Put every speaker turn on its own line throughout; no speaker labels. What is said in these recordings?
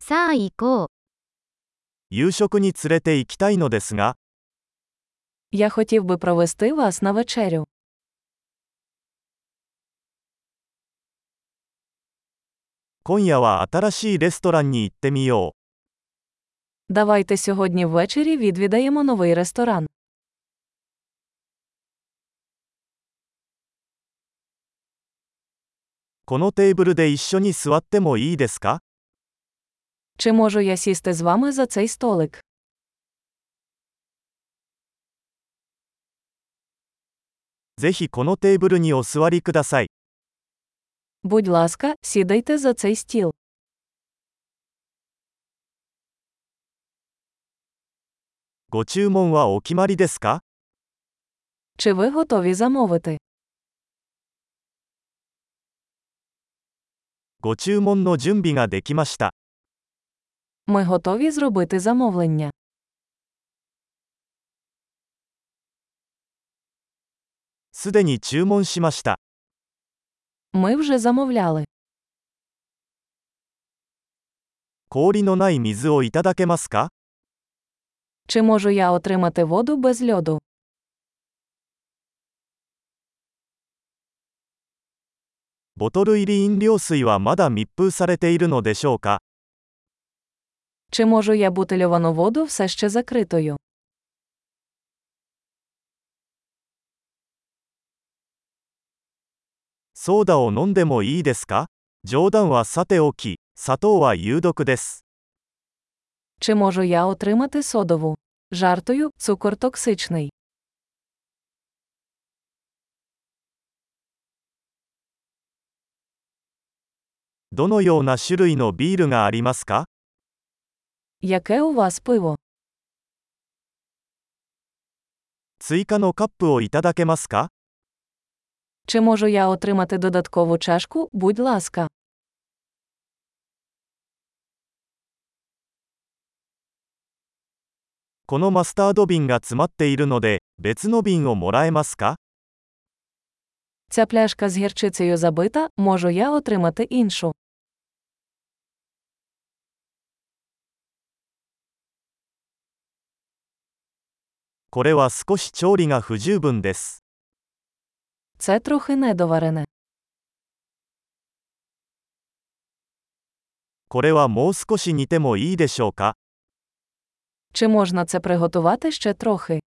さあ行こう。
夕食に連れて行きたいのですが、
Я хотів би провести вас на вечерю.
今夜は新しいレストランに行ってみよう。
Давайте сьогодні ввечері відвідаємо новий ресторан.
このテーブルで一緒に座ってもいいですか
Чи можу я сісти з вами за цей столик?
ぜひこのテーブルにお座りください。
Будь ласка, сідайте за цей стіл.
ご注文はお決まりですか
Чи ви готові замовити?
ご注文の準備ができました。
Ми готові зробити замовлення.
すでに注文しました。
Ми вже замовляли.
氷のない水をいただけますか
Чи можу я отримати воду без льоду?
ボトル入り飲料水はまだ密封されているのでしょうか
Чи можу я бутильовану воду все ще закритою?
ソーダを飲んでもいいですか冗談はさておき、砂糖は有毒です。
Чи можу я отримати содову? Жартою, цукор токсичний.
どのような種類のビールがありますか
Яке у вас пиво?
追加のカップをいただけますか
Чи можу я отримати додаткову чашку, будь ласка.
このマスタード瓶が詰まっているので、別の瓶をもらえますか
Ця пляшка з гірчицею забита, можу я отримати іншу.
これは少し調理が不十分です。
Це трохи недоварене.
これはもう少し煮てもいいでしょうか
Чи можна це приготувати ще трохи?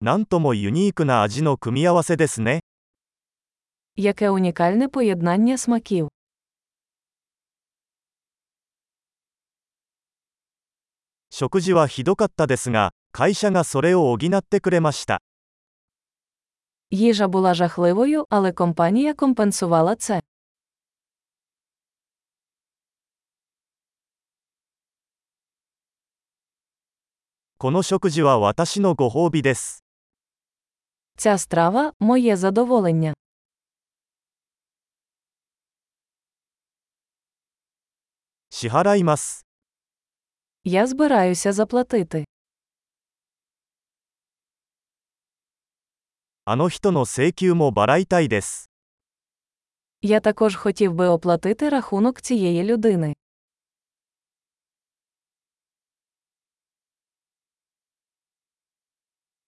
なんともユニークな味の組み合わせですね。
Яке унікальне поєднання смаків.
食事はひどかったですが、会社がそれを補ってくれました。
Їжа була жахливою, але компанія компенсувала це.
「この食事は私のご褒美です。
Ця страва моє задоволення.
支払います。
Я збираюся заплатити.
あの人の請求も払いたいです。
Я також хотів би оплатити рахунок цієї людини.